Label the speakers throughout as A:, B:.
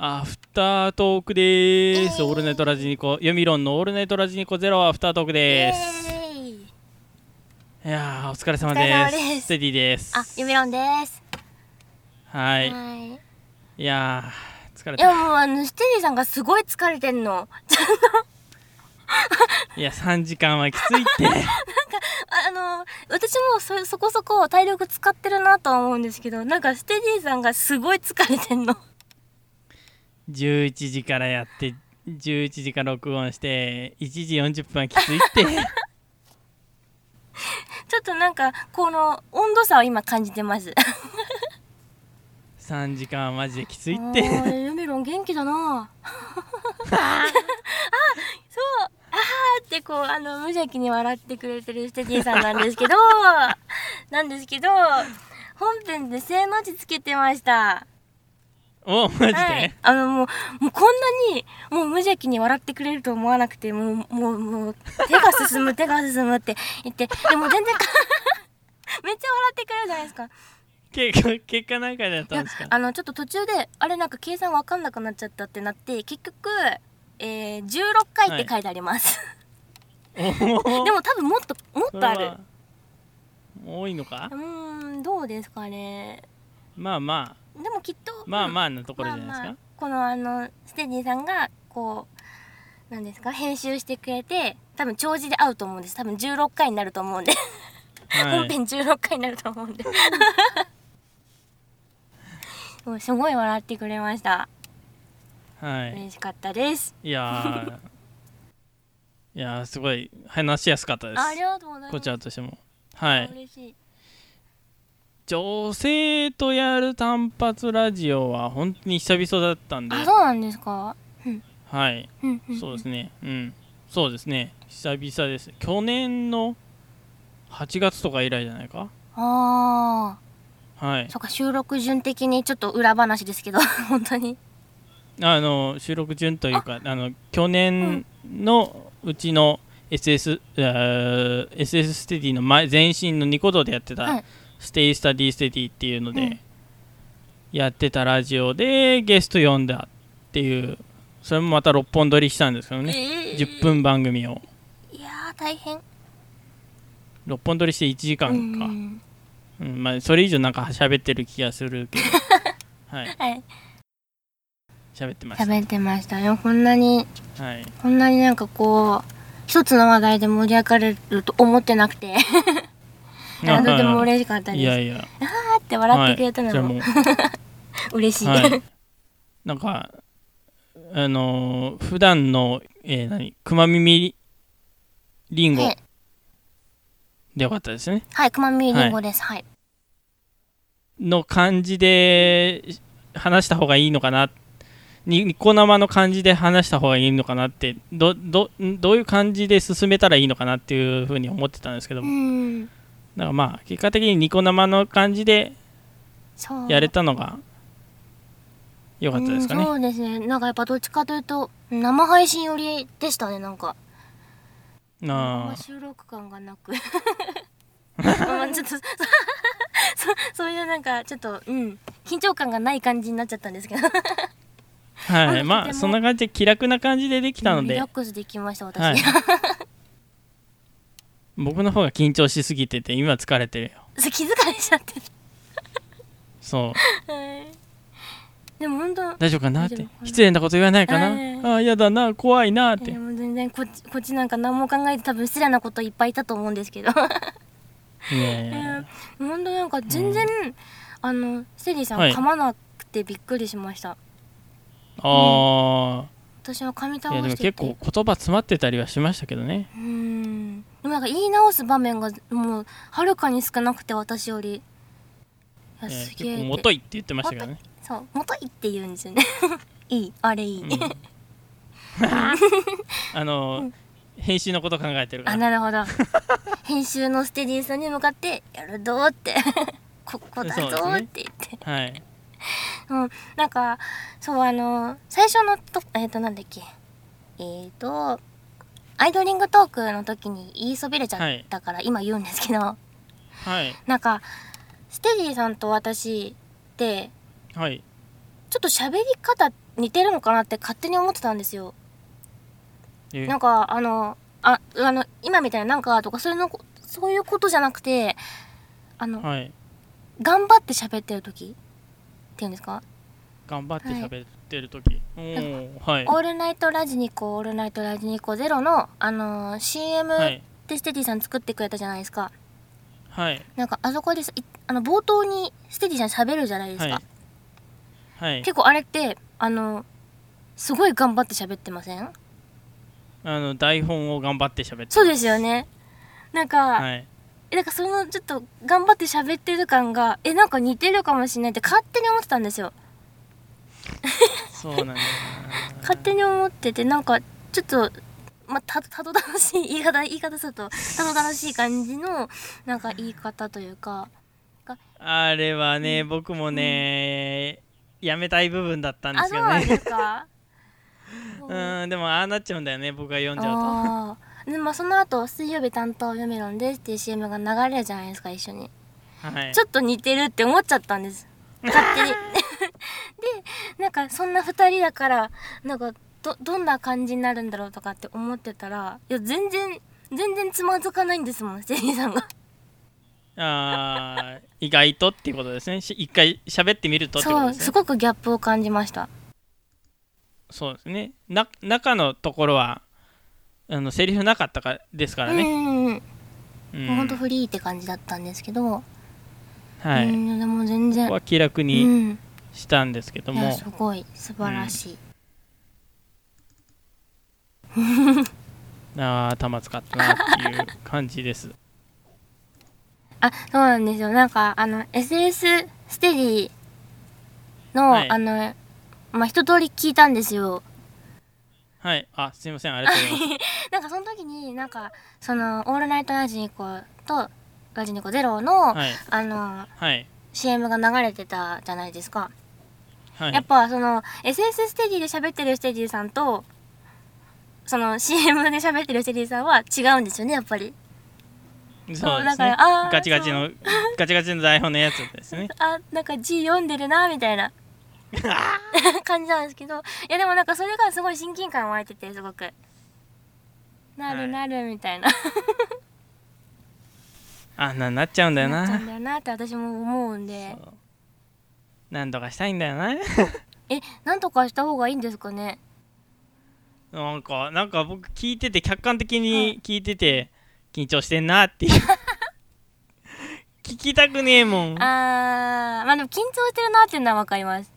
A: アフタートークでーす。
B: イエーイ
A: オールナイトラジニコ、ユミロンのオールナイトラジニコゼロアフタートークで
B: イ
A: す。
B: エーイ
A: いやー、お疲れ様
B: お疲れ
A: で
B: 様
A: す。
B: です
A: ステディです。
B: あ、ゆみろんです。
A: は
B: はい
A: い。いやー、疲れ
B: いや
A: た。
B: もうあのステディさんがすごい疲れてんの。
A: いや、3時間はきついって。
B: ああの私もそそこそこ体力使ってるなとは思うんですけど、なんかステディさんがすごい疲れてんの。
A: 11時からやって、11時から録音して、1時40分はきつい って。
B: ちょっとなんかこの温度差を今感じてます。
A: 3時間はマジできついっ
B: お
A: て。
B: ーゆみろん元気だな。あ、そう。あーってこうあの無邪気に笑ってくれてるステディさんなんですけ ど、なんですけど本編で正の字つけてました。
A: おマジで、
B: はい、あのもうもうこんなにもう無邪気に笑ってくれると思わなくてもうもうもう手が進む手が進むって言ってでも全然か めっちゃ笑ってくれるじゃないですか
A: 結果、結果何回だったんです
B: いや
A: か
B: あのちょっと途中であれなんか計算わかんなくなっちゃったってなって結局、えー、16回って書いてあります、
A: お
B: で
A: ー
B: も多分もっともっ
A: それ
B: とある
A: は多いのか
B: うーんどうですかね
A: まあまあ。
B: でもきっと
A: まあ
B: うん
A: まあなところじゃないですか、
B: まあまあこのあのステディさんがこうなんですか編集してくれて多分長寿で合うと思うんです多分16回になると思うんで、
A: は
B: 本
A: い、
B: 編16回になると思 うんで もうすごい笑ってくれました
A: はい、
B: 嬉しかったです
A: いやーいやーすごい話しやすかったです
B: あありがとうございます
A: こちらとしてもはい
B: 嬉しい
A: 女性とやる単発ラジオは本当に久々だったんで
B: あそうなんですか
A: はい
B: うんうん
A: そうですねうんそうですね久々です去年の8月とか以来じゃないか
B: あ
A: はい
B: あそっか収録順的にちょっと裏話ですけど 本当に
A: あの収録順というかあの去年のうちの SS,、えー SS ステディの前前身のニコ動でやってた、
B: はい
A: ステイスタディステディっていうので、
B: うん
A: やってたラジオでゲスト呼んだっていうそれもまた6本撮りしたんですけどね、10分番組を
B: いやー大変
A: 6本撮りして1時間か、
B: う
A: うん
B: ん
A: まあ、それ以上なんか喋ってる気がするけど はい
B: はい
A: 喋ってまし
B: 喋ってましたよこんなに
A: た、はい、
B: こんなになんかこう一つの話題で盛り上がれると思ってなくてあとても嬉しかったです
A: いやいや
B: あーって笑ってくれた
A: はいそ
B: の
A: れ
B: も
A: も
B: 嬉しい、
A: はい、なんかあのー普段のえー、何熊耳りんご
B: はい
A: でよかったですね
B: はいくまみりんごですはい、
A: の感じで話した方がいいのかなにニコ生の感じで話した方がいいのかなってどどどういう感じで進めたらいいのかなっていうふうに思ってたんですけど
B: う
A: も、
B: ん
A: だからまあ結果的にニコ生の感じで
B: そう
A: やれたのが良かったですか
B: うん
A: ね。
B: そうですねなんかやっぱどっちかというと生配信寄りでしたねなんかあん
A: な
B: ま収録感がなくまあちょっとそ そそういうなんかちょっとうん緊張感がない感じになっちゃったんですけど
A: あはいはい、
B: ま
A: ま
B: あ
A: あ
B: とても
A: そんな感じで気楽な感じでできたの
B: リ
A: で
B: ラッ、クスできました私、
A: はい、 僕の方が緊張しすぎてて今疲れてるよ
B: そう気疲れしちゃって
A: そう
B: でも本当
A: 大丈夫かなっ
B: 大丈
A: て
B: 夫かな
A: 失礼なこと言わないかな、
B: はい
A: ああ嫌だな怖いなって、
B: えーもう全然こっちこっちなんか何も考えて多分失礼なこといっぱいいたと思うんですけど
A: いやいやいや
B: 本当なんか全然、あのセリーさん
A: はい
B: 噛まなくてびっくりしました、
A: あ
B: 私は噛み
A: あ、
B: 倒
A: いやで
B: し
A: も
B: てて
A: 結構言葉詰まってたりはしましたけどね
B: うーんでもなんか言い直す場面がもうはるかに少なくて私よりい
A: え
B: や
A: ー
B: す
A: 結
B: げえって
A: 構もといって言ってましたけどね、
B: そう元いって言うんですよね いいあれいい、
A: うん あのー、編集のこと考えてるか
B: あ
A: ら
B: なるほど編集のステディさんに向かって「やるぞ」って ここだぞ
A: そうです
B: ーっ
A: ね
B: て言って
A: はい
B: うん、なんかそうあの最初のとえっ、となんだっけえっ、とアイドリングトークの時に言いそびれちゃったから、今言うんですけど
A: はい
B: なんかステディさんと私って
A: はい
B: ちょっと喋り方似てるのかなって勝手に思ってたんですよ
A: え
B: なんかあのああの今みたいななんかとかそういうのそういうことじゃなくてあの
A: はい
B: 頑張って喋ってる時っていうんですか
A: 頑張って喋ってる時、おーはい
B: 「オールナイトラジニコオールナイトラジニコゼロのあのー CM
A: は
B: っ
A: い
B: てステディさん作ってくれたじゃないですか、
A: はい
B: なんかあそこでさいあの冒頭にステディさん喋るじゃないです
A: はい
B: か、
A: はい
B: 結構あれってあのすごい頑張って喋ってません
A: あの台本を頑張って喋って
B: そうですよねなんか、
A: はい
B: えなんかそのちょっと頑張って喋ってる感がえなんか似てるかもしれないって勝手に思ってたんですよ
A: そうなんだよな
B: 勝手に思っててなんかちょっとまあ、たたど楽しい言い 方言い方するとたど楽しい感じのなんか言い方というか
A: あれはね僕もね、やめたい部分だったんで
B: あ
A: す
B: そう
A: よ
B: なん
A: ね
B: ですかそう
A: うんでもああなっちゃうんだよね僕が読んじゃうと
B: あーでまあその後水曜日担当ヨメロンです」っていう CM が流れるじゃないですか一緒に、
A: はい
B: ちょっと似てるって思っちゃったんです勝 手にでなんかそんな2人だからなんかどどんな感じになるんだろうとかって思ってたらいや全然全然つまずかないんですもんステディさんが
A: あー意外とっていうことですねし一回喋ってみるとってこと
B: そ
A: で
B: う
A: す
B: す
A: ね
B: ごくギャップを感じました
A: そうですねな中のところはあのセリフなかったかですから
B: う
A: ね、
B: んうん
A: うん
B: うんほんとフリーって感じだったんですけど、
A: はい、
B: う
A: こ
B: んでも全
A: こ
B: 然
A: は気楽
B: う
A: に
B: ん
A: したんですけど
B: いや
A: も
B: す、ごい素晴らしい、
A: あー頭使ったなっていう感じです
B: あそうなんですよなんかあの SS ステディの、
A: はい
B: あのまあ一通り聞いたんですよ
A: はいあすいませんありがとうござ います
B: なんかその時になんかその「オールナイトラジニコ」と「ラジニコゼロの、
A: はい
B: あの
A: はい
B: CM が流れてたじゃないですか、
A: はい
B: やっぱその SS ステディで喋ってるステディさんとその CM で喋ってるステディさんは違うんですよねやっぱり
A: そうで
B: だ
A: す
B: か
A: ね
B: らあー
A: ガチガチの ガチガチの台本のやつですね
B: あなんか字読んでるなみたいな 感じなんですけどいやでもなんかそれがすごい親近感湧いててすごくな
A: はい
B: るなるみたいな、
A: あんなになっちゃうんだよ
B: なっち
A: な
B: ゃうんだよなって私も思うんで
A: そうなんとかしたいんだよ な
B: えなんとかした方がいいんですかね
A: なんかなんか僕聞いてて客観的に聞いてて緊張してんなって いう聞きたくねえもん
B: あーまあでも緊張してるなっていうのはわかります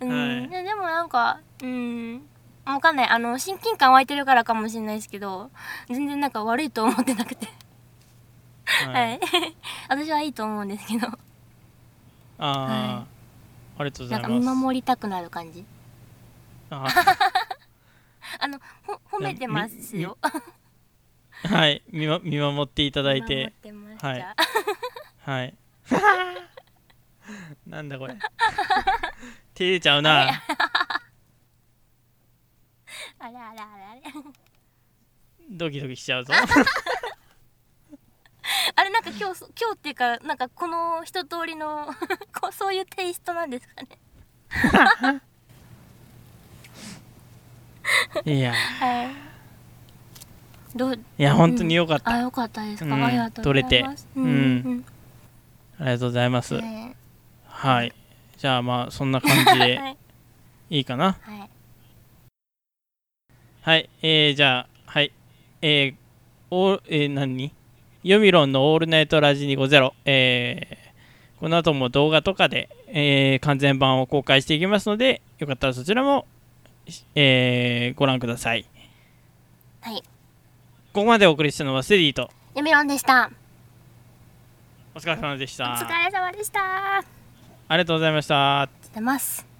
B: うん、
A: はい
B: いやでもなんかうんわかんないあの親近感湧いてるからかもしれないですけど全然なんか悪いと思ってなくては
A: はい
B: 私はいいと思うんですけど
A: あーありがとうござ
B: なん
A: い
B: か
A: ます
B: 見守りたくなる感じ
A: あー
B: あのほ褒めてますよ。
A: はい見,、ま、見守っていただい
B: 守っててます。
A: はい
B: じゃあ
A: はい なんだこれ照れちゃう な
B: あれあれあれあれ。
A: ドキドキしちゃうぞ
B: あれなんか今日そ今日っていうかなんかこの一通りの こうそういうテイストなんですかね。
A: いや
B: はい。どう
A: いや本当に良かった、
B: あ良かったですか。
A: うん
B: ありがとうございます。
A: 取れてありがとうございます、
B: うんね
A: はいじゃあまあそんな感じ
B: え
A: で
B: はい
A: いいかな
B: はい
A: はい、えー、じゃあ、はい、えー、おえー、何ヨミロンのオールナイトラジニゴゼロ、えー、この後も動画とかで、えー、完全版を公開していきますので、よかったらそちらも、しえー、ご覧ください。
B: はい。
A: ここまでお送りしたのはセリーと、
B: ゆみろんでした。
A: お疲れ様でし
B: お
A: た。
B: 疲れ様でした。
A: ありがとうございました。
B: してます。